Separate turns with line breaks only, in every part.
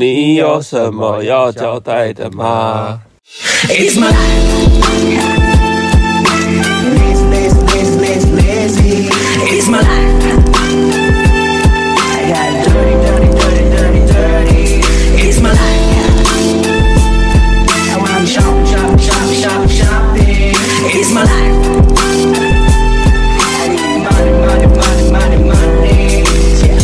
你有什么要交代的吗？
It's my lazy, lazy, lazy, lazy, lazy. It's my life. I got it dirty, dirty, dirty, dirty, dirty. It's my life. Now I'm shopping, shopping, shopping, shopping, shopping. It's my life. I need money, money, money, money, money. Yeah.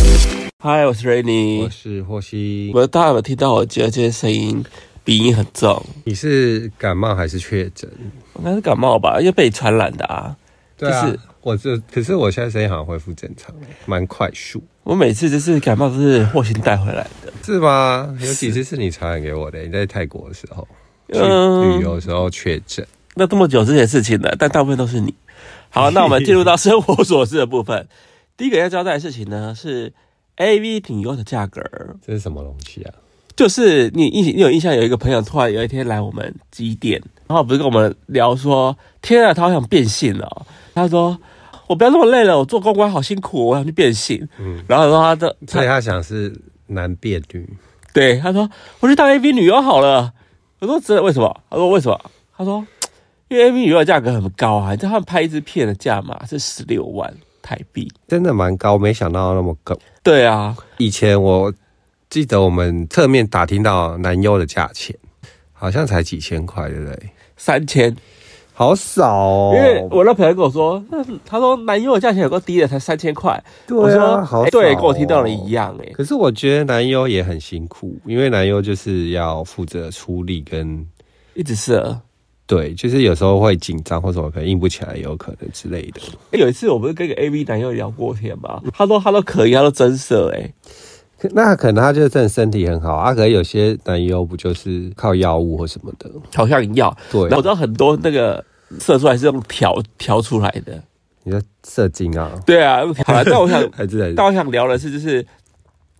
嗨，我是
我
Rainy。
是霍希
你。们大家有没有听到我觉得这些声音鼻音很重？
你是感冒还是确诊？
我应该是感冒吧，因为被你传染的啊。
对啊
就是，嗯
我这可是我现在声音好像恢复正常了，蛮快速，
我每次就是感冒都是霍心带回来的。
是吗？有几次是你传染给我的，你在泰国的时候，去
嗯
旅游的时候确诊。
那这么久之前的事情了，但大部分都是你。好，那我们进入到生活琐事的部分。第一个要交代的事情呢是 A V 女优的价格，
这是什么东西啊？
就是你印你有印象有一个朋友突然有一天来我们几点，然后不是跟我们聊说，天啊，他好想变性哦。他说我不要那么累了，我做公关好辛苦，我想去变性。嗯，然后说他的
所以
他
他想是男变女，
对他说我去当 A V 女优好了。我说真的为什么？他说为什么？他说因为 A V 女优的价格很高啊，你知道他们拍一支片的价码是十六万台币。
真的蛮高，没想到那么高。
对啊，
以前我记得我们侧面打听到男优的价钱，好像才几千块，对不对？
三千。
好少哦，
因为我那朋友跟我说，那他说男优的价钱有够低的，才三千块。我
对啊，
说，
好、哦
哎对，跟我听到的一。样、哎，
可是我觉得男优也很辛苦，因为男优就是要负责出力跟
一直射。
对，就是有时候会紧张或什么，可能硬不起来，有可能之类的。
哎有一次我不是跟一个 A V 男优聊过天嘛，嗯他说他都可以，他都真射、哎，
可那可能他就是真的身体很好啊，可能有些男优不就是靠药物或什么的？
好像要。
对
然后我知道很多那个射出来是用调调出来的。
你说射精啊？
对啊，用调。但我想，
还是还是
但我想聊的是，就是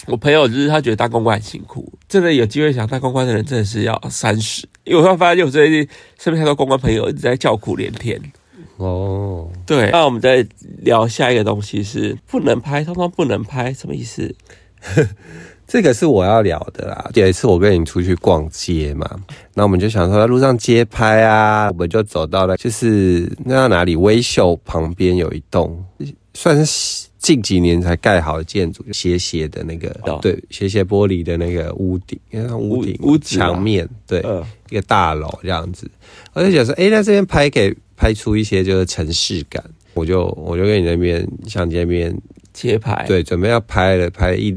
我朋友就是他觉得当公关很辛苦，真的有机会想当公关的人真的是要三十。因为我突然发现，我最近身边太多公关朋友一直在叫苦连天。
哦，
对，那我们再聊下一个东西是不能拍，通通不能拍，什么意思？
这个是我要聊的啦。有一次我跟你出去逛街嘛，那我们就想说在路上街拍啊，我们就走到了就是那哪里微秀旁边有一栋，算是近几年才盖好的建筑，斜斜的那个，
哦
对，斜斜玻璃的那个屋顶，因为它屋顶
屋屋子啊
墙面，对，
嗯
一个大楼这样子。我就想说，诶，那这边拍可以拍出一些就是城市感。我就我就跟你那边相机那边
切牌，，
对，准备要拍了，拍一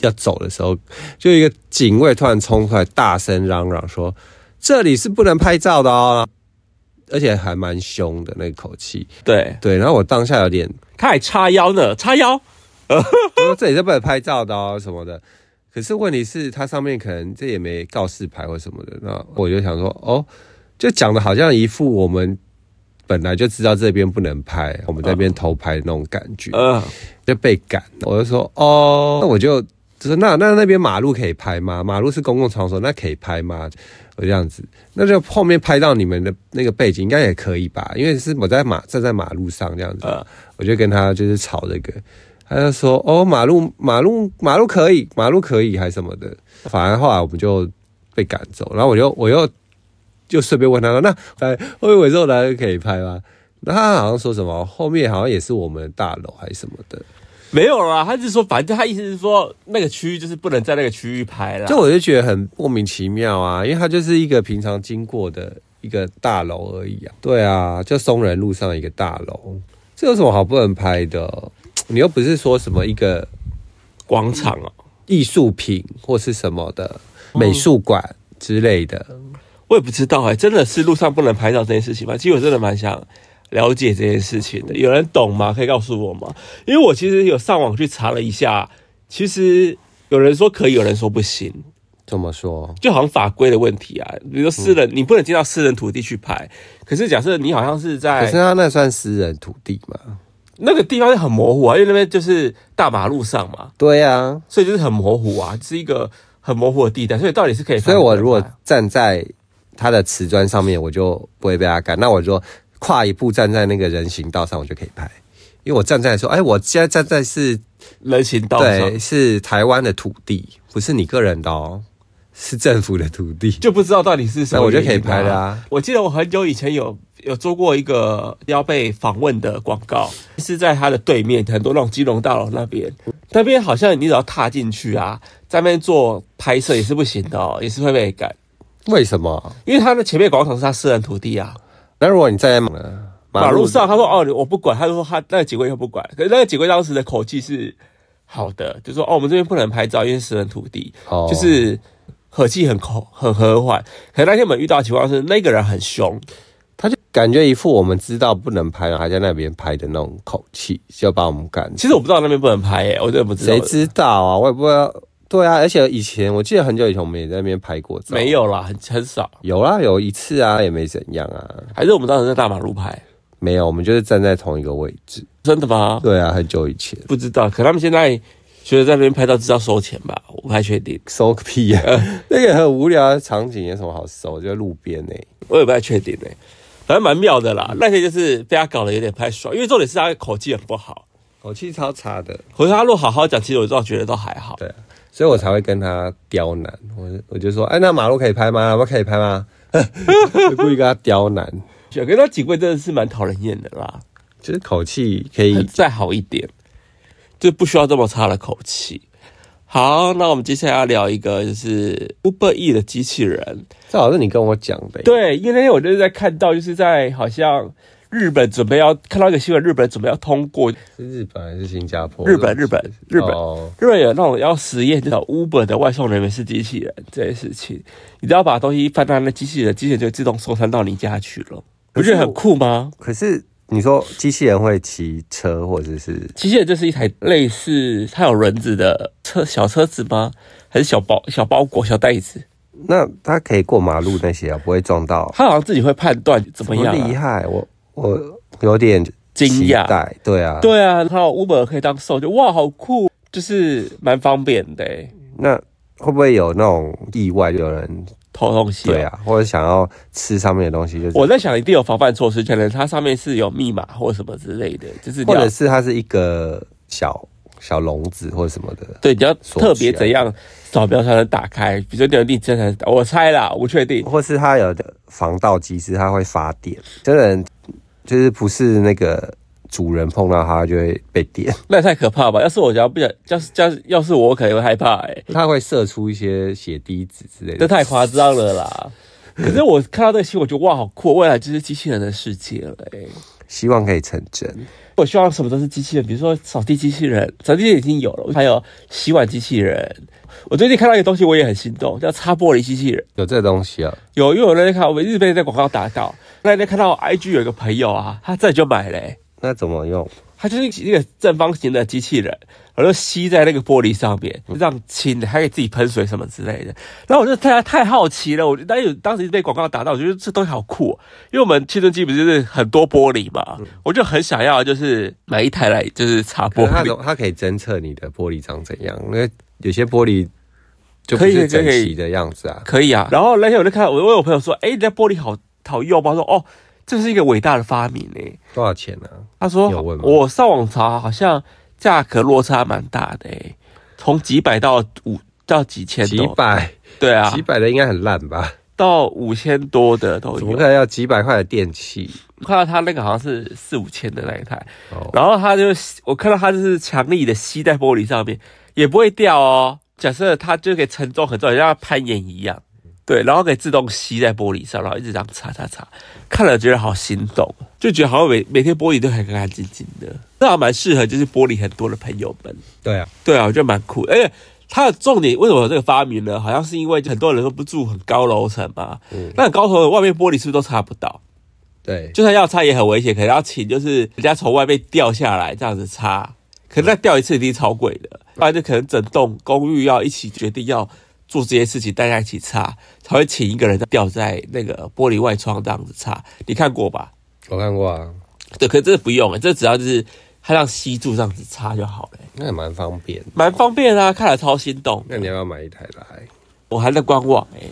要走的时候，就一个警卫突然冲出来，大声嚷嚷说：“这里是不能拍照的哦！”而且还蛮凶的那个口气。
对
对，然后我当下有点，
他还叉腰呢，叉腰。
我说这里是不能拍照的哦什么的。可是问题是，它上面可能这也没告示牌或什么的。那我就想说，哦，就讲的好像一副我们本来就知道这边不能拍，我们在这边偷拍那种感觉。
呃，
就被赶，我就说哦，那我就就说那那那边马路可以拍吗？马路是公共场所，那可以拍吗？我这样子，那就后面拍到你们的那个背景应该也可以吧，因为是我在马站在马路上这样子，
嗯
我就跟他就是吵这个，他就说哦马路马路马路可以，马路可以还什么的，反而后来我们就被赶走，然后我就我又就顺便问他说那来会尾后来可以拍吗？那他好像说什么后面好像也是我们的大楼还是什么的，
没有啦，他是说，反正他意思是说，那个区域就是不能在那个区域拍啦。
就我就觉得很莫名其妙啊，因为它就是一个平常经过的一个大楼而已啊。对啊，就松仁路上一个大楼，这有什么好不能拍的？你又不是说什么一个
广场哦，
艺术品或是什么的美术馆之类的，
我也不知道哎、真的是路上不能拍照这件事情吗？其实我真的蛮想了解这件事情的，有人懂吗？可以告诉我吗？因为我其实有上网去查了一下，其实有人说可以，有人说不行。
怎么说？
就好像法规的问题啊，比如说私
嗯
人，你不能进到私人土地去拍。可是假设你好像是
可
在
是它那算私人土地嘛？
那个地方是很模糊啊，因为那边就是大马路上嘛，
对啊，
所以就是很模糊啊，是一个很模糊的地带，所以到底是可以拍。
所以我如果
不能拍
站在它的瓷砖上面，我就不会被它赶。那我就跨一步站在那个人行道上，我就可以拍。因为我站在说，哎，我现在站在是
人行道上
对，是台湾的土地，不是你个人的哦。是政府的土地，
就不知道到底是什么
那我
原因啊。
就可以拍了啊
我记得我很久以前有有做过一个要被访问的广告，是在它的对面，很多那种金融大楼那边，那边好像你只要踏进去啊，在那边做拍摄也是不行的、哦，也是会被赶，
为什么？
因为它的前面广场是他私人土地啊。
那如果你站在马
马路上，他说哦，我不管，他说他那个警卫又不管，可是那个警卫当时的口气是好的，就说哦，我们这边不能拍照，因为是私人土地，
哦
就是和气很口很和缓。可是那天我们遇到的情况是，那个人很凶，
他就感觉一副我们知道不能拍，然后还在那边拍的那种口气，就把我们赶。
其实我不知道那边不能拍、耶，欸我真的不知道，
谁知道啊？我也不知道。对啊，而且以前我记得很久以前我们也在那边拍过照，
没有啦，很很少，
有啦，有一次啊，也没怎样啊，
还是我们当时在大马路拍，
没有，我们就是站在同一个位置。
真的吗？
对啊，很久以前
不知道，可他们现在觉得在那边拍照至少收钱吧，我不太确定，
收个屁啊， 那个很无聊的场景有什么好收？就在路边欸呢、
我也不太确定哎、反正蛮妙的啦。那天就是被他搞得有点不太爽，因为重点是他的口气很不好。
口气哦超差的。
可是他如果好好讲，其实我倒觉得都还好。
对啊，所以我才会跟他刁难。我我就说，哎，那马路可以拍吗？我可以拍吗？ 就故意跟他刁难，
对，可是他警卫真的是蛮讨人厌的啦，
就是口气可以
再好一点，就不需要这么差的口气。好，那我们接下来要聊一个就是 Uber E 的机器人。
这好像是你跟我讲的。，欸
对，因为那天我就是在看到，就是在好像日本准备要看到一个新闻，日本准备要通过
是日本还是新加坡？
日本日本日本
哦，
日本有那种要实验这种 Uber 的外送人员是机器人这件事情，你只要把东西放到那机器人，机器人就会自动送餐到你家去了，不觉得很酷吗？
可是你说机器人会骑车，或者是
机器人就是一台类似它有轮子的车小车子吗？还是小包小包裹小袋子？
那它可以过马路那些啊，不会撞到？
它好像自己会判断怎么
多
样、
厉
啊。
害！我我有点
惊讶
期待对啊，，
对啊，然后 Uber 可以当售，就哇好酷，就是蛮方便的、欸。
那会不会有那种意外？有人
偷东西、
对，啊，或者想要吃上面的东西，就是
我在想一定有防范措施，可能它上面是有密码或什么之类的，就是你
或
要
者是它是一个小小笼子或者什么的。
对你要
锁起
特
来
别怎样扫描才能打开，比如说你有地震才能打，我猜啦，我不确定。
或是它有的防盗机制，它会发电，真人就是不是那个主人碰到它就会被电，
那也太可怕了吧！要是我要不想，要是要是要是我可能会害怕哎、
它会射出一些血滴子之类
这
的。
太夸张了啦！可是我看到这个新闻，我觉得哇，好酷！未来就是机器人的世界了、欸。
希望可以成真。
我希望什么都是机器人，比如说扫地机器人，扫地机器人已经有了，还有洗碗机器人。我最近看到一个东西，我也很心动，叫擦玻璃机器人。
有这东西啊？
有，因为我那天看我们日本在广告打到，那天看到 IG 有一个朋友啊，他这就买了、欸，
那怎么用？
它就是一个正方形的机器人，然后吸在那个玻璃上面，就这样清的，还可以自己喷水什么之类的。然后我就太太好奇了，我就当有当时被广告打到，我觉得这东西好酷哦、因为我们青春期不是很多玻璃嘛，我就很想要就是买一台来就是擦
可
玻
是它
璃
怎，它可以侦测你的玻璃长怎样？因为有些玻璃就不
可以可
是
以可以
整齐的样子啊。
可以啊。然后那天我就看，我问我朋友说，哎，你的玻璃好好用吗？他说哦，这是一个伟大的发明诶、
多少钱啊？
他说
有问吗
我上网查，好像价格落差蛮大的诶、从几百到五到几千都
几百、
对啊，
几百的应该很烂吧？
到五千多的都
怎
有
么可。能要几百块的电器？
看到他那个好像是四五千的那一台，
哦，
然后他就我看到他就是强力的吸在玻璃上面，也不会掉哦。假设它就可以承重很重，像攀岩一样，对，然后可以自动吸在玻璃上，然后一直这样擦擦擦，看了觉得好心动，就觉得好像每每天玻璃都很干干净净的，那还蛮适合就是玻璃很多的朋友们。
对啊，
对啊，我觉得蛮酷的。而且它的重点为什么有这个发明呢？好像是因为很多人都不住很高楼层嘛，那很高楼层外面玻璃是不是都擦不到？
对，
就算要擦也很危险，可能要请就是人家从外面掉下来这样子擦，可是那掉一次一定超贵的，不然就可能整栋公寓要一起决定要做这些事情，大家一起擦，才会请一个人掉在那个玻璃外窗这样子擦。你看过吧？
我看过啊，
对，可是这不用、欸，这只要就是它让吸住这样子擦就好了、欸
那也蛮方便。
蛮方便啊，看了超心动。
那你要不要买一台来？
我还在观望哎、欸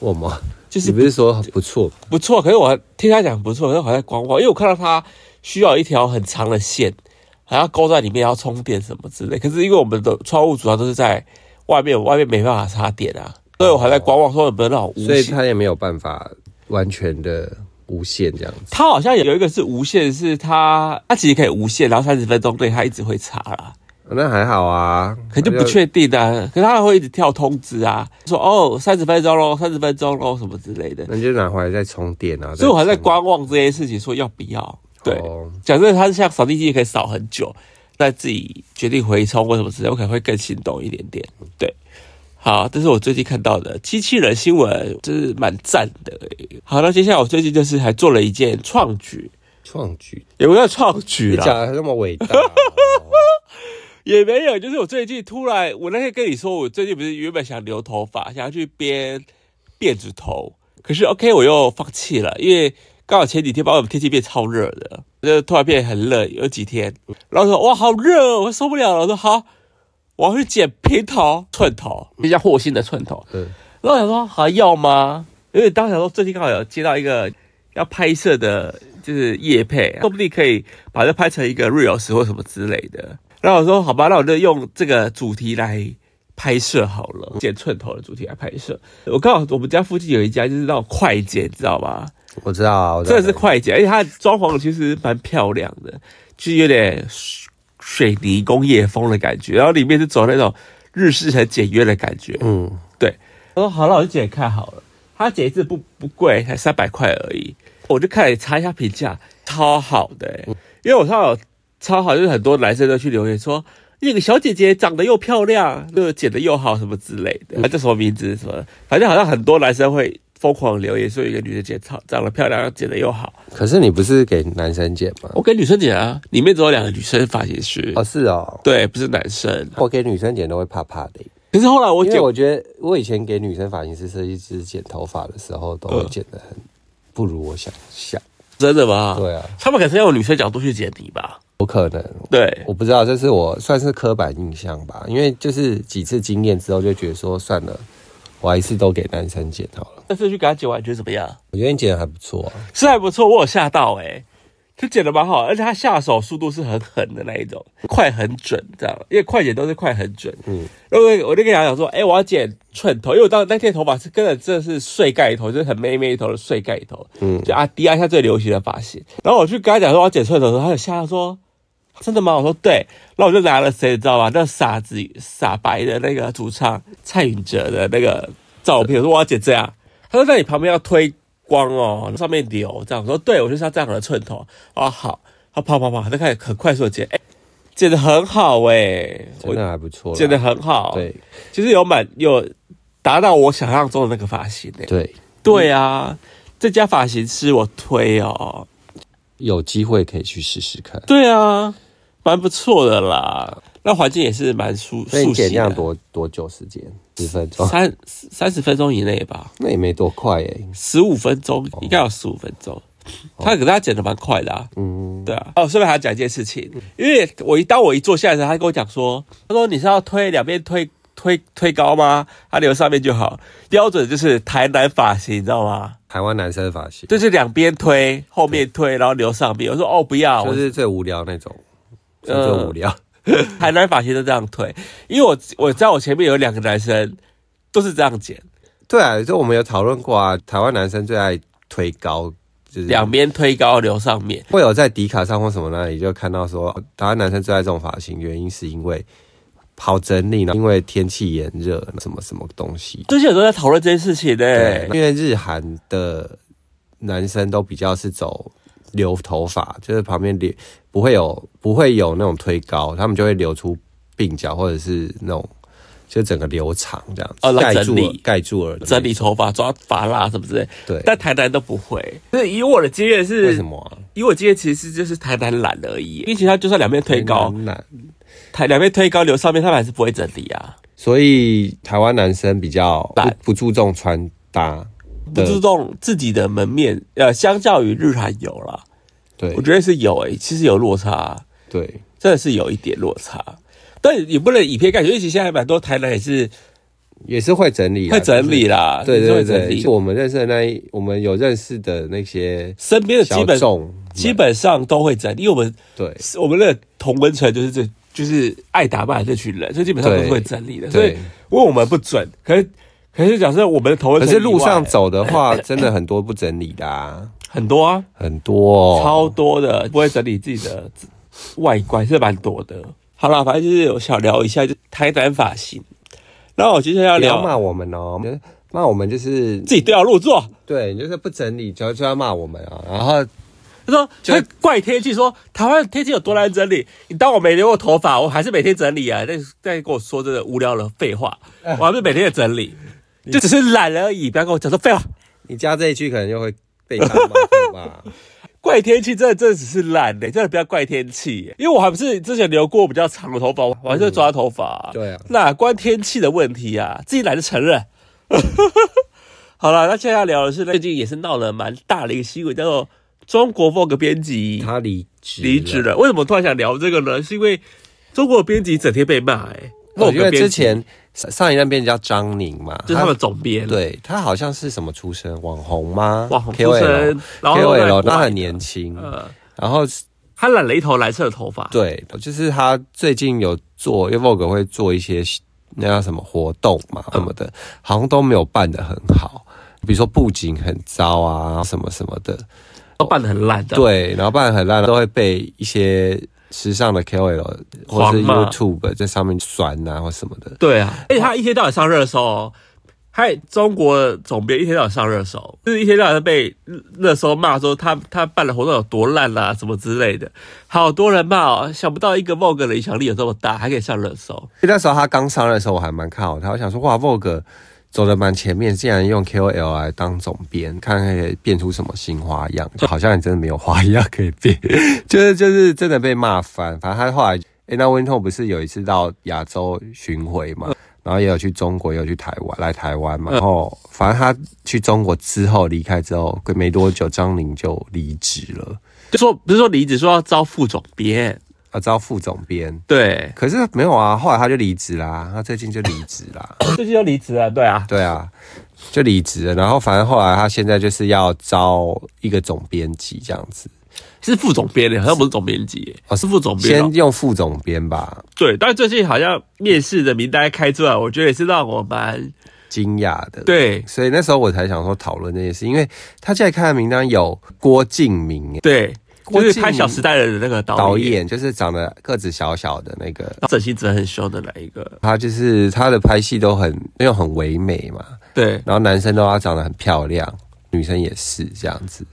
我吗？
就是
你不是说不错吗？
不错，可是我听他讲不错，可是我还在观望，因为我看到他需要一条很长的线，还要勾在里面，要充电什么之类。可是因为我们的窗户主要都是在外面，外面没办法插电啊，对我还在观望，说能不能让我无
哦所以
限。
他也没有办法完全的无限这样子。
它好像有一个是无限，是它它其实可以无限，然后三十分钟内它一直会查啦，
那还好啊，
可就不确定啊。可是它会一直跳通知啊，说哦三十分钟喽，三十分钟喽什么之类的。
那就拿回来再充电啊。
所以我还在
再充
观望这件事情，说要不要。对
哦，
假设它是像扫地机也可以扫很久，那自己决定回充或什么之类，我可能会更心动一点点。对，好，这是我最近看到的机器人新闻，就是蛮赞的欸、好，那接下来我最近就是还做了一件创举，
创举，
也不叫创举
你讲
啦，
的那么伟 大，
也没有，就是我最近突然，我那天跟你说，我最近不是原本想留头发，想要去编辫子头，可是 OK 我又放弃了，因为刚好前几天把我们天气变超热的，就突然变很冷，有几天，然后说哇好热哦，我受不了了，我说好，我要去剪平头、寸头，比较霍心的寸头，
嗯
然后我想说还要吗？因为当时想说最近刚好有接到一个要拍摄的，就是夜配，说不定可以把这拍成一个 reels 或什么之类的。然后我说好吧，那我就用这个主题来拍摄好了，剪寸头的主题来拍摄。我刚好我们家附近有一家就是那种快剪，知道吗？
我知道啊，我知
真
道
的是快剪，而且它的装潢其实蛮漂亮的，就是有点水水泥工业风的感觉，然后里面是走那种日式很简约的感觉。
嗯，
对，我说好了，我就剪看好了。他剪一次不不贵，才三百块而已。我就看了查一下评价，超好的、欸因为我看到有超好，就是很多男生都去留言说那个小姐姐长得又漂亮，又剪得又好什么之类的，啊，叫什么名字什么的，反正好像很多男生会疯狂留言说一个女的剪超长得漂亮，剪得又好。
可是你不是给男生剪吗？
我给女生剪啊，里面只有两个女生发型师，
哦，是哦，
对，不是男生。
我给女生剪都会怕怕的，
可是后来我
因
剪
为我觉得我以前给女生发型师设计师剪头发的时候，都会剪得很不如我想象。
真的吗？
对啊，
他们可能是用女生角度去剪你吧？
有可能，
对
我不知道，这是我算是刻板印象吧，因为就是几次经验之后就觉得说算了，我还是都给男生剪好了。
那次去给他剪完，你觉得怎么样？
我觉得你剪的还不错、啊，
是还不错，我有吓到哎、就剪的蛮好，而且他下手速度是很狠的那一种，快很准这样，因为快剪都是快很准。嗯，然后我就跟他讲说，哎、我要剪寸头，因为我当那天头发是跟着真的是碎盖头，就是很妹妹头的碎盖头，嗯，就阿迪阿现在最流行的发型。然后我去跟他讲说我要剪寸头的时候，他就吓到说。真的吗？我说对，然后我就拿了谁知道吗？那傻子傻白的那个主唱蔡允哲的那个照片，我说我要剪这样。他说那你旁边要推光哦，上面流这样。我说对，我就是要这样的寸头啊。好，他啪啪啪，他开始很快速的剪，哎、剪的很好哎、
真的
我
还不错啦，
剪的很好，
对，
其实有满有达到我想象中的那个发型哎、
对，
对啊，这家发型师我推哦，
有机会可以去试试看。
对啊，蛮不错的啦。那环境也是蛮舒
所以
舒
你
适
剪这样
的，
多多久时间？十分钟，
三三十分钟以内吧。
那也没多快欸耶。
十五分钟，
哦
应该有十五分钟。他可是他剪的蛮快的啊，嗯，对啊。哦，顺便还要讲一件事情，因为我一当我一坐下来的时候，他跟我讲说，他说你是要推两边推推推高吗？他留上面就好，标准就是台南发型，你知道吗？
台湾男生的发型，
就是两边推，后面推，然后留上面。我说哦，不要，
就
我
是最无聊那种，是最无聊。
台南发型都这样推，因为我我在我前面有两个男生都是这样剪，
对啊，就我们有讨论过啊，台湾男生最爱推高，就是
两边推高留上面。
会有在迪卡上或什么那里就看到说，台湾男生最爱这种发型，原因是因为好整理，然后因为天气炎热，什么什么东西。
最近很多人在讨论这件事情呢、
对，因为日韩的男生都比较是走留头发，就是旁边留不会有不会有那种推高，他们就会留出鬓角或者是那种就整个留长这样子，
哦来
盖
整
住
理
耳盖住耳的那
整理
种。
头发、抓发蜡什么之类。
对
但台南都不会。就是以我的经验是，
为什么啊？
以我经验其实就是台南懒而已，因为其实他就算两边推高，
很难，
台两边推高留上面，他们还是不会整理啊。
所以台湾男生比较不
懒
不注重穿搭。
不
的。
注重自己的门面，呃，相较于日韩有啦，
对，
我觉得是有诶、其实有落差，啊
对，
真的是有一点落差。但也不能以偏概全，因为其实现在蛮多台南也是
也是会整理啊，
会整理啦，
就是。
也
对对
是会整
对，
理
就我们认识的那一，我们有认识的那些
身边的基
小
本
众，
基本上都会整理，因为我们
对
是我们的同温层就是这就是爱打扮的这群人，所以基本上都是会整理的。
对
所以
对
问我们不准，可是可是假设我们的头，
可是路上走的 话，真的很多不整理的、啊，
很多啊，
很多、哦，
超多的，不会整理自己的外观是蛮多的。好啦，反正就是有想聊一下，就台南发型。那我接下来要
不要
聊
骂我们哦，骂我们就是
自己对号入座。
对，你就是不整理就就要骂我们啊，然后
他说
就
他怪天气，说台湾天气有多难整理。你当我没留过头发，我还是每天整理啊。在在跟我说这个无聊的废话，
哎
我还是每天在整理，就只是懒而已。不要跟我讲说废话，
你加这一句可能就会被他骂 吧。
怪天气真的真的只是懒的、真的不要怪天气耶、因为我还不是之前留过比较长的头发，我还是会抓头发、
对啊
哪关天气的问题啊？自己懒得承认。 好了，那接下来聊的是最近也是闹了蛮大的一个新闻，叫做中国 Vogue 编辑
他离职，
离职。了。为什么突然想聊这个呢？是因为中国的编辑整天被骂、欸，
我觉得
编辑
哦之前上上一任编辑叫张宁嘛，
就是他们总编，，
对他好像是什么出身，网红吗？
网红
k o
出身
l
然后
k o
在国
l
外
他很
的
年轻，
呃，
然后
他染了一头蓝色的头发，
对，就是他最近有做，因为 Vogue 会做一些那叫什么活动嘛什么的，好像都没有办得很好，比如说布景很糟啊，什么什么的，
都扮的很烂的，，
对，然后办得很烂，都会被一些时尚的 KOL 或
狂
是
骂
YouTube 在上面酸啊或什么的。
对啊。而且他一天到晚上热搜、哦，还中国总编一天到晚上热搜，就是一天到晚被热搜骂说他他办的活动有多烂啦、什么之类的，好多人骂哦。想不到一个 Vogue 的影响力有这么大，还可以上热搜。
因为那时候他刚上任的时候，我还蛮看好他，我想说哇，Vogue 走的蛮前面，竟然用 KOL 来当总编，看看可以变出什么新花样。好像也真的没有花样可以变，就是就是真的被骂翻。反正他后来，哎、那 Winton 不是有一次到亚洲巡回嘛？然后也有去中国，也有去台湾，来台湾嘛。然后反正他去中国之后离开之后，没多久张宁就离职了，
就说不是说离职，说要招副总编，
要招啊副总编。
对，
可是没有啊，后来他就离职啦，他最近就离职啦。
最近要离职了，对啊，
对啊，就离职了。然后反正后来他现在就是要招一个总编辑这样子，
是副总编的，好像不是总编辑耶，
哦
是副总编哦。
先用副总编吧。
对，但最近好像面试的名单开出来，我觉得也是让我蛮
惊讶的，，
对
所以那时候我才想说讨论这件事，因为他现在看的名单有郭敬明
对，就
郭
是
敬
拍《
明
小时代》的那个导
导
演，
演，就是长得个子小小的那个，
整形整很凶的那一个，
他就是他的拍戏都很那种很唯美嘛，
对。
然后男生都要长得很漂亮，女生也是这样子。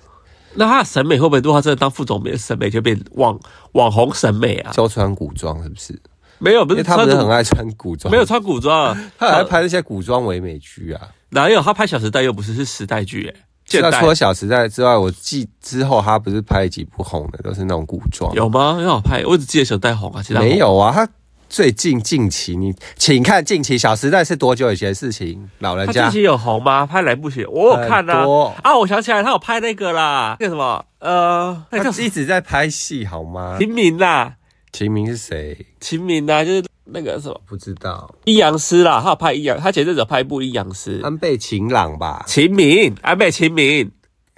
那他的审美会不会，如果他真的当副总编，审美就变网网红审美啊？
都穿古装是不是？
没有，不
因
是
哎为他
穿
不是很
古，
爱穿古装，
没有，穿古装啊，
他还拍那些古装唯美剧啊。
哪有？他拍《小时代》又不是是时代剧，哎，现
那
代
除了《小时代》之外，我记之后他不是拍几部红的，都是那种古装。
有吗？很好拍，我只记得《小时代》红啊，其他红
没有啊？他最近近期，你请看近期《小时代》是多久以前的事情？老人
他
家
近期有红吗？拍哪部戏？我有看
很
啊
多。
啊，我想起来，他有拍那个啦，那个什么，呃，那
他
个
一直在拍戏好吗？
秦明啦，
秦明是谁？
秦明啦，就是那个什么
不知道。
阴阳师啦，他有拍阴阳，他前阵子有拍一部阴阳师。
安倍晴朗吧？
秦明，安倍秦明，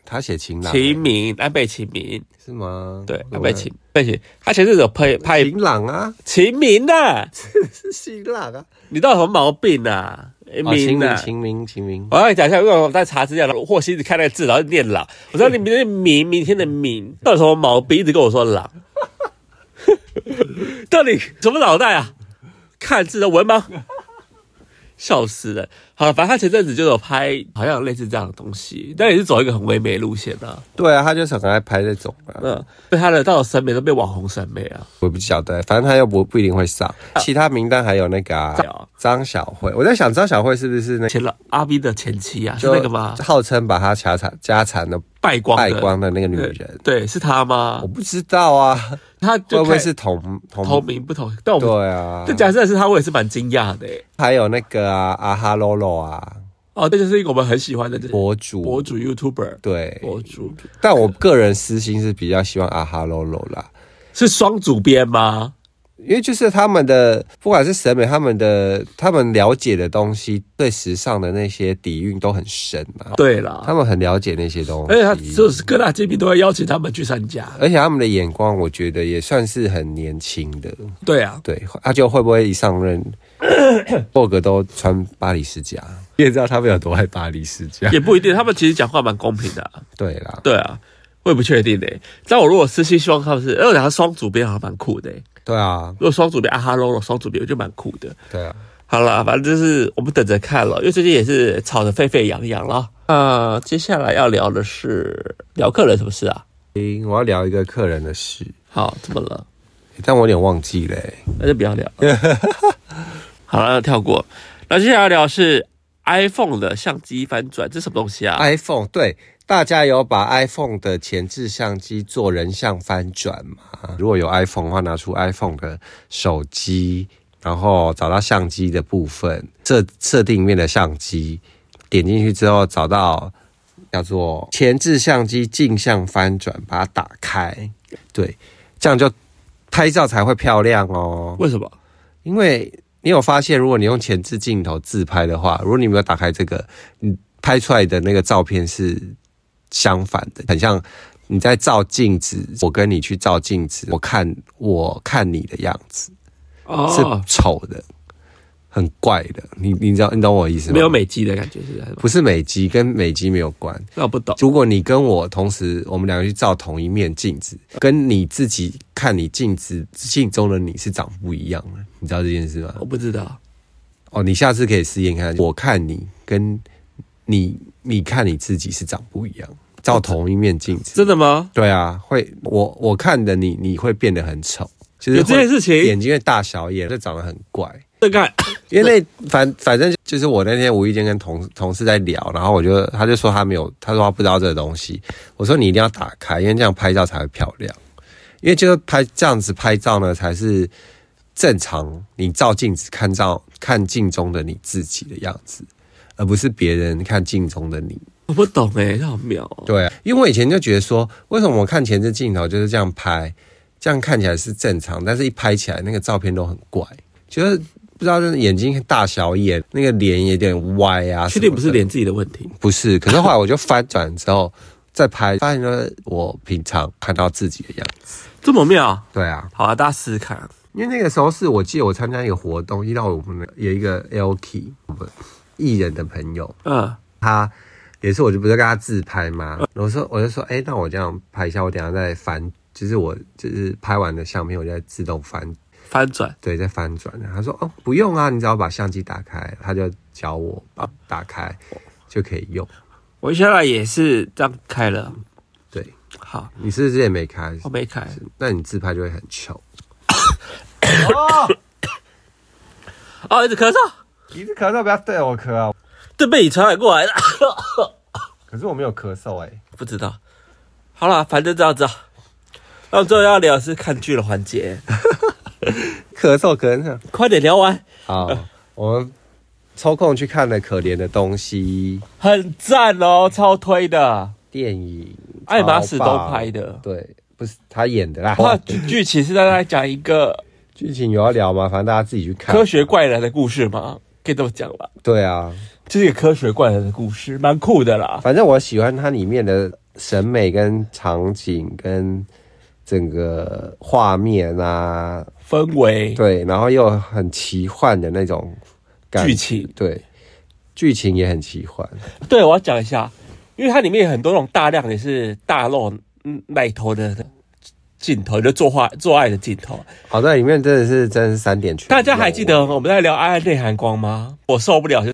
他写晴朗、
秦明，安倍秦明，
是吗？
对，
我
安倍秦，安倍秦，他前阵子有拍拍
晴朗啊，
秦明呐，
是晴朗啊。
你到底有什么毛病啊？哎
哦，
明
秦明，
呐，
秦明，秦明。
我要讲一下，因为我在查资料，然后霍希一直看那个字，然后念朗，我知道你明天明明天的明到底什么毛病，一直跟我说朗， 到底什么脑袋啊？看字的文盲，笑死了。好了，反正他前阵子就有拍，好像有类似这样的东西，但也是走一个很唯美路线啊。
对啊，他就是很爱拍这种啊。
嗯，被他的到的审美都被网红审美啊。
我不晓得，反正他又不不一定会上。其他名单还有那个
对啊
啊，张小慧，我在想张小慧是不是那
前了阿 B 的前妻啊，是
就
那个吗？
号称把他家产家产的
败光的
败光的那个女
对
人，
对，是他吗
我？不知道啊，
他就
会不会
看
是同同
同名不同？但我们
对啊
这，假设是他，我也是蛮惊讶的欸。
还有那个啊阿哈喽喽啊
哦，这就是一个我们很喜欢的
博主
博主 YouTuber，
对，
博主
但我个人私心是比较希望阿哈喽喽啦，
是双主编吗？
因为就是他们的不管是审美，他们的他们了解的东西，对时尚的那些底蕴都很深啊。
对啦，
他们很了解那些东西，
而且哎他就是各大精品都会邀请他们去参加。
而且他们的眼光，我觉得也算是很年轻的。
对啊，
对，阿舅会不会一上任，霍格都穿巴黎世家？你也知道他们有多爱巴黎世家。
也不一定，他们其实讲话蛮公平的啊、
对啦，
对啊，我也不确定诶、但我如果私心希望他们是，因为他双主编好像蛮酷的、欸。
对啊，
如果双主编啊哈喽喽，双主编我觉得蛮酷的。
对啊。
好啦，反正就是我们等着看了，因为最近也是吵得沸沸扬扬了。那、呃接下来要聊的是聊客人什么事啊？
诶我要聊一个客人的事，
好，怎么了？
但我有点忘记了、欸。
那就不要聊了。 好了，跳过。那接下来聊的是 iPhone 的相机翻转，这是什么东西啊？
iPhone 对，大家有把 iPhone 的前置相机做人像翻转吗？如果有 iPhone 的话，拿出 iPhone 的手机，然后找到相机的部分，设设定里面的相机，点进去之后找到叫做前置相机镜像翻转，把它打开，对，这样就拍照才会漂亮哦。
为什么？
因为你有发现，如果你用前置镜头自拍的话，如果你没有打开这个，你拍出来的那个照片是相反的，很像你在照镜子。我跟你去照镜子，我看我看你的样子是
哦，
丑的，很怪的。你你知道你懂我意思吗？
没有，美肌的感觉是不是？
不是美肌，跟美肌没有关。
那我不懂。
如果你跟我同时，我们两个去照同一面镜子，跟你自己看你镜子镜中的你是长不一样的，你知道这件事吗？
我不知道，
哦，你下次可以试验看，我看你跟你你看你自己是长不一样，照同一面镜子。
真的吗？
对啊，会我我看的你，你会变得很丑，就是
有这件
会
事情
眼睛会大小眼，就长得很怪。
这个
因为那反反正就是我那天无意间跟同同事在聊，然后我就他就说他没有，他说他不知道这个东西。我说你一定要打开，因为这样拍照才会漂亮。因为就是拍这样子拍照呢，才是正常你照镜子看照看镜中的你自己的样子，而不是别人看镜中的你。
我不懂哎、这好妙哦、
对、啊，因为我以前就觉得说，为什么我看前置镜头就是这样拍，这样看起来是正常，但是一拍起来那个照片都很怪，觉得不知道就是眼睛大小眼，那个脸有点歪 啊。
确定不是
什么的
脸自己的问题？
不是，可是后来我就翻转之后再拍，发现呢我平常看到自己的样子。
这么妙？
对啊，
好啊，大家试试看。
因为那个时候是我记得我参加一个活动，遇到我们的有一个 L K 我们艺人的朋友，
嗯，
他也是我就不是跟他自拍嘛，我说我就说，哎、那我这样拍一下，我等一下再翻，就是我就是拍完的相片，我就再自动翻，
翻转
对，再翻转。他说哦，不用啊，你只要把相机打开，他就教我把打开就可以用。
我现在也是这样开了。
对，
好，
你是不是之前哦没开？
我没开。
那你自拍就会很 丑。
哦，一直咳嗽，
你是咳嗽，不要对我咳啊！
这被你传染过来的。
可是我没有咳嗽哎、
不知道。好了，反正这样子啊。那我们最后要聊的是看剧的环节，
咳嗽咳嗽。
快点聊完，
好，我们抽空去看了《可怜的东西》
很赞哦，超推的。
电影，
艾玛史
超
东
棒
拍的
对，不是他演的啦。
它剧剧情是在在讲一个
剧情有要聊吗？反正大家自己去看。
科学怪人的故事嘛，可以这么讲吧，
对啊，
就是一个科学怪人的故事，蛮酷的啦。
反正我喜欢它里面的审美跟场景跟整个画面啊，
氛围，
对，然后又很奇幻的那种感
剧情
对，剧情也很奇幻。
对，我要讲一下，因为它里面有很多那种大量也是大露嗯奶头的镜头，就做画做爱的镜头。
好在里面真的是真的是三点全有。
大家还记得我们在聊《爱爱内涵光》吗？我受不了，就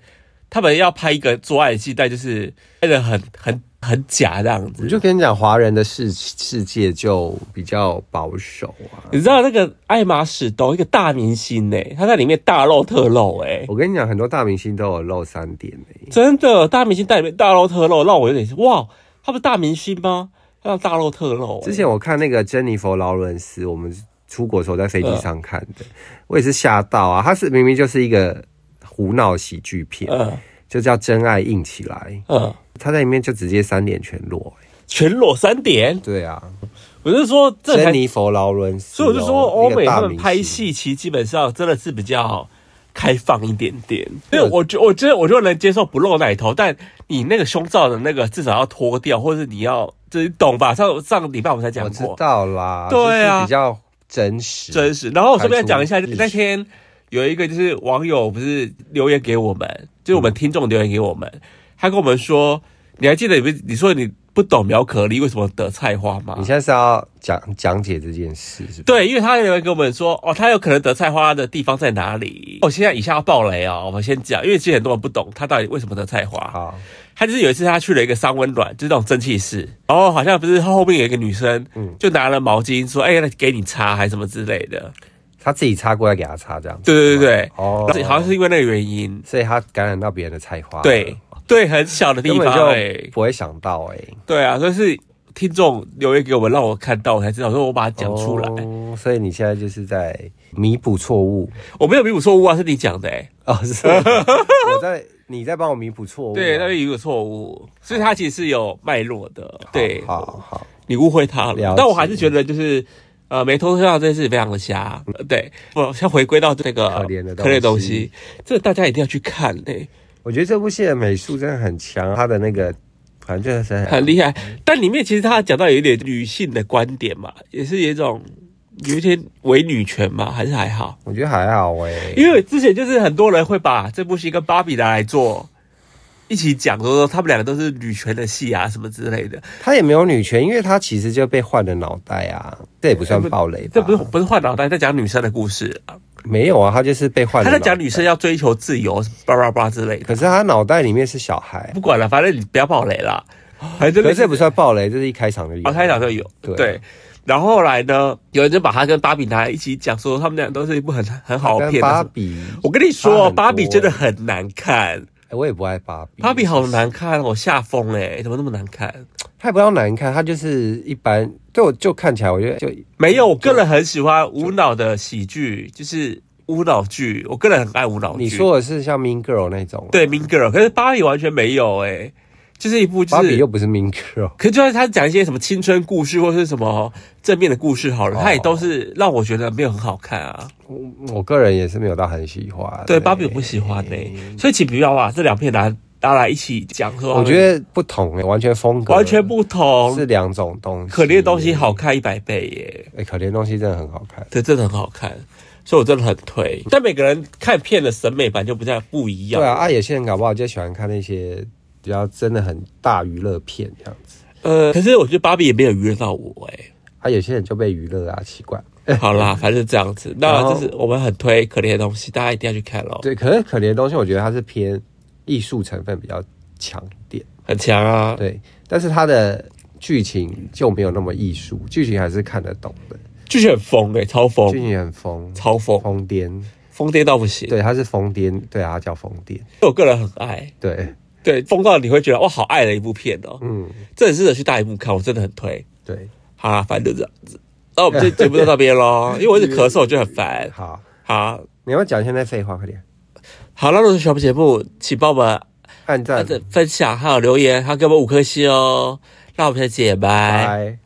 他们要拍一个做爱的戏，但就是拍的很很很假这样
我
子。
就跟你讲，华人的世世界就比较保守啊。
你知道那个艾玛史东一个大明星呢、他在里面大露特露哎、
我跟你讲，很多大明星都有露三点欸
真的大明星在里面大露特露，让我有点哇，他不是大明星吗？他要大露特露、
之前我看那个珍妮佛·劳伦斯，我们出国的时候在飞机上看的，
嗯
我也是吓到啊！他是明明就是一个胡闹喜剧片，
嗯
就叫《真爱硬起来》，
嗯，
他在里面就直接三点全裸、欸
全裸三点，
对啊，
我是说这才
珍妮佛劳伦斯
所
哦，
以我就说，欧美他们拍
那
戏其实基本上真的是比较开放一点点。因为
对
我觉我觉得我就能接受不露奶头，但你那个胸罩的那个至少要脱掉，或者是你要就是懂吧？上上礼拜我们才
个大明星，
讲
我知
过，
道啦，
对啊
就是比较真实，
真实。然后我顺便讲一下，
排除
那天有一个就是网友不是留言给我们，就是
嗯
我们听众留言给我们，他跟我们说，你还记得你不是你说你不懂苗可丽为什么得菜花吗？
你现在是要讲讲解这件事，是不是？
啊对，因为他有人跟我们说，哦，他有可能得菜花的地方在哪里？哦，现在以下要爆雷哦，我们先讲，因为其实很多人不懂他到底为什么得菜花。
好，
他就是有一次他去了一个桑温暖，就是那种蒸汽室，然后好像不是后面有一个女生，
嗯
就拿了毛巾说，哎、来给你擦还是什么之类的。
他自己擦过来给他擦，这样子。
对对对对，
哦
然后好像是因为那个原因，
所以他感染到别人的菜花，
对，对，很小的地
根本
方、
就
哎，
不会想到哎、欸，
对啊，所以是听众留言给我们，让我看到，我才知道，所以我把它讲出来。
哦所以你现在就是在弥补错误
我没有弥补错误啊，是你讲的、哎。
哦， 是吗我在你在帮我弥补错误啊，
对，那边有个错误，所以它其实是有脉络的。对，
好好好，
你误会他
了
了
解，
但我还是觉得就是。呃，没偷车票这件事非常的瞎，呃对，不，先回归到这个
可怜的东西
可怜的东西，这个大家一定要去看嘞、
我觉得这部戏的美术真的很强，他的那个反正就是
很厉害。但里面其实他讲到有一点女性的观点嘛，也是有一种有一些伪女权嘛，还是还好。
我觉得还好哎、
因为之前就是很多人会把这部戏跟芭比拿来做一起讲，说他们两个都是女权的戏啊，什么之类的。
他也没有女权，因为他其实就被换了脑袋啊，这也不算暴雷吧？
这不是不是换脑袋，在讲女生的故事啊。
没有啊，他就是被换了
他
脑袋。
在讲女生要追求自由，巴拉巴拉之类的。
可是他脑袋里面是小孩，
不管了，反正你不要爆雷啦。反正
可是这
这
不算暴雷，这是一开场就有。
哦，他早就有
对啊
对。然后后来呢，有人就把他跟芭比拿来一起讲，说他们俩都是一部很很好
跟
骗的
芭
什么。
比，
我跟你
差
说，
很多
芭比真的很难看，
哎我也不爱芭比。
芭比好难看，我吓疯哎，怎么那么难看？
他也不要难看，他就是一般。对我就看起来，我觉得就
没有，我个人很喜欢无脑的喜剧，就是无脑剧，我个人很爱无脑剧。
你说的是像 Mean Girl 那种，，
对 Mean Girl，可是芭比完全没有哎、就是一部就
芭
是
比又不是 Mean Girl，
可就算他讲一些什么青春故事或是什么正面的故事
哦
好了，他也都是让我觉得没有很好看啊。
我我个人也是没有到很喜欢。啊
对，芭比我不喜欢呢、所以请不要把这两片拿拿来一起讲说，
我觉得不同诶、完全风格
完全不
是
同。
两种东西。
可怜的东西好看一百倍耶，
哎、可怜的东西真的很好看。
对，真的很好看，所以我真的很推。但每个人看片的审美版就不太不一样。
对啊，啊，有些人搞不好就喜欢看那些比较真的很大娱乐片这样子，
呃，可是我觉得芭比也没有娱乐到我哎、
啊，有些人就被娱乐啊，奇怪。
好啦，反正就这样子。那
然后
就是我们很推可怜的东西，大家一定要去看咯。
对，可是可怜的东西，我觉得它是偏艺术成分比较强一点，
很强啊。
对，但是它的剧情就没有那么艺术，剧情还是看得懂的，
剧情很疯哎、超疯
剧，情很疯，
超疯。
疯癫，
疯癫到不行。
对，它是疯癫，对啊，它叫疯癫，
我个人很爱，
对，
对，疯到你会觉得哇，好爱的一部片哦，
嗯，
这很适合去大荧幕看，我真的很推。
对，
好啦，反正就这样子，那 我们这节目就到这边喽，因为我一直咳嗽，我就很烦。
好，
好，
你要讲一下那废话，快点，
好，那如果喜欢我们节目，请帮我们
按赞
按，赞分享，还有留言，还有给我们五颗星哦。那我们下期见，拜。
拜。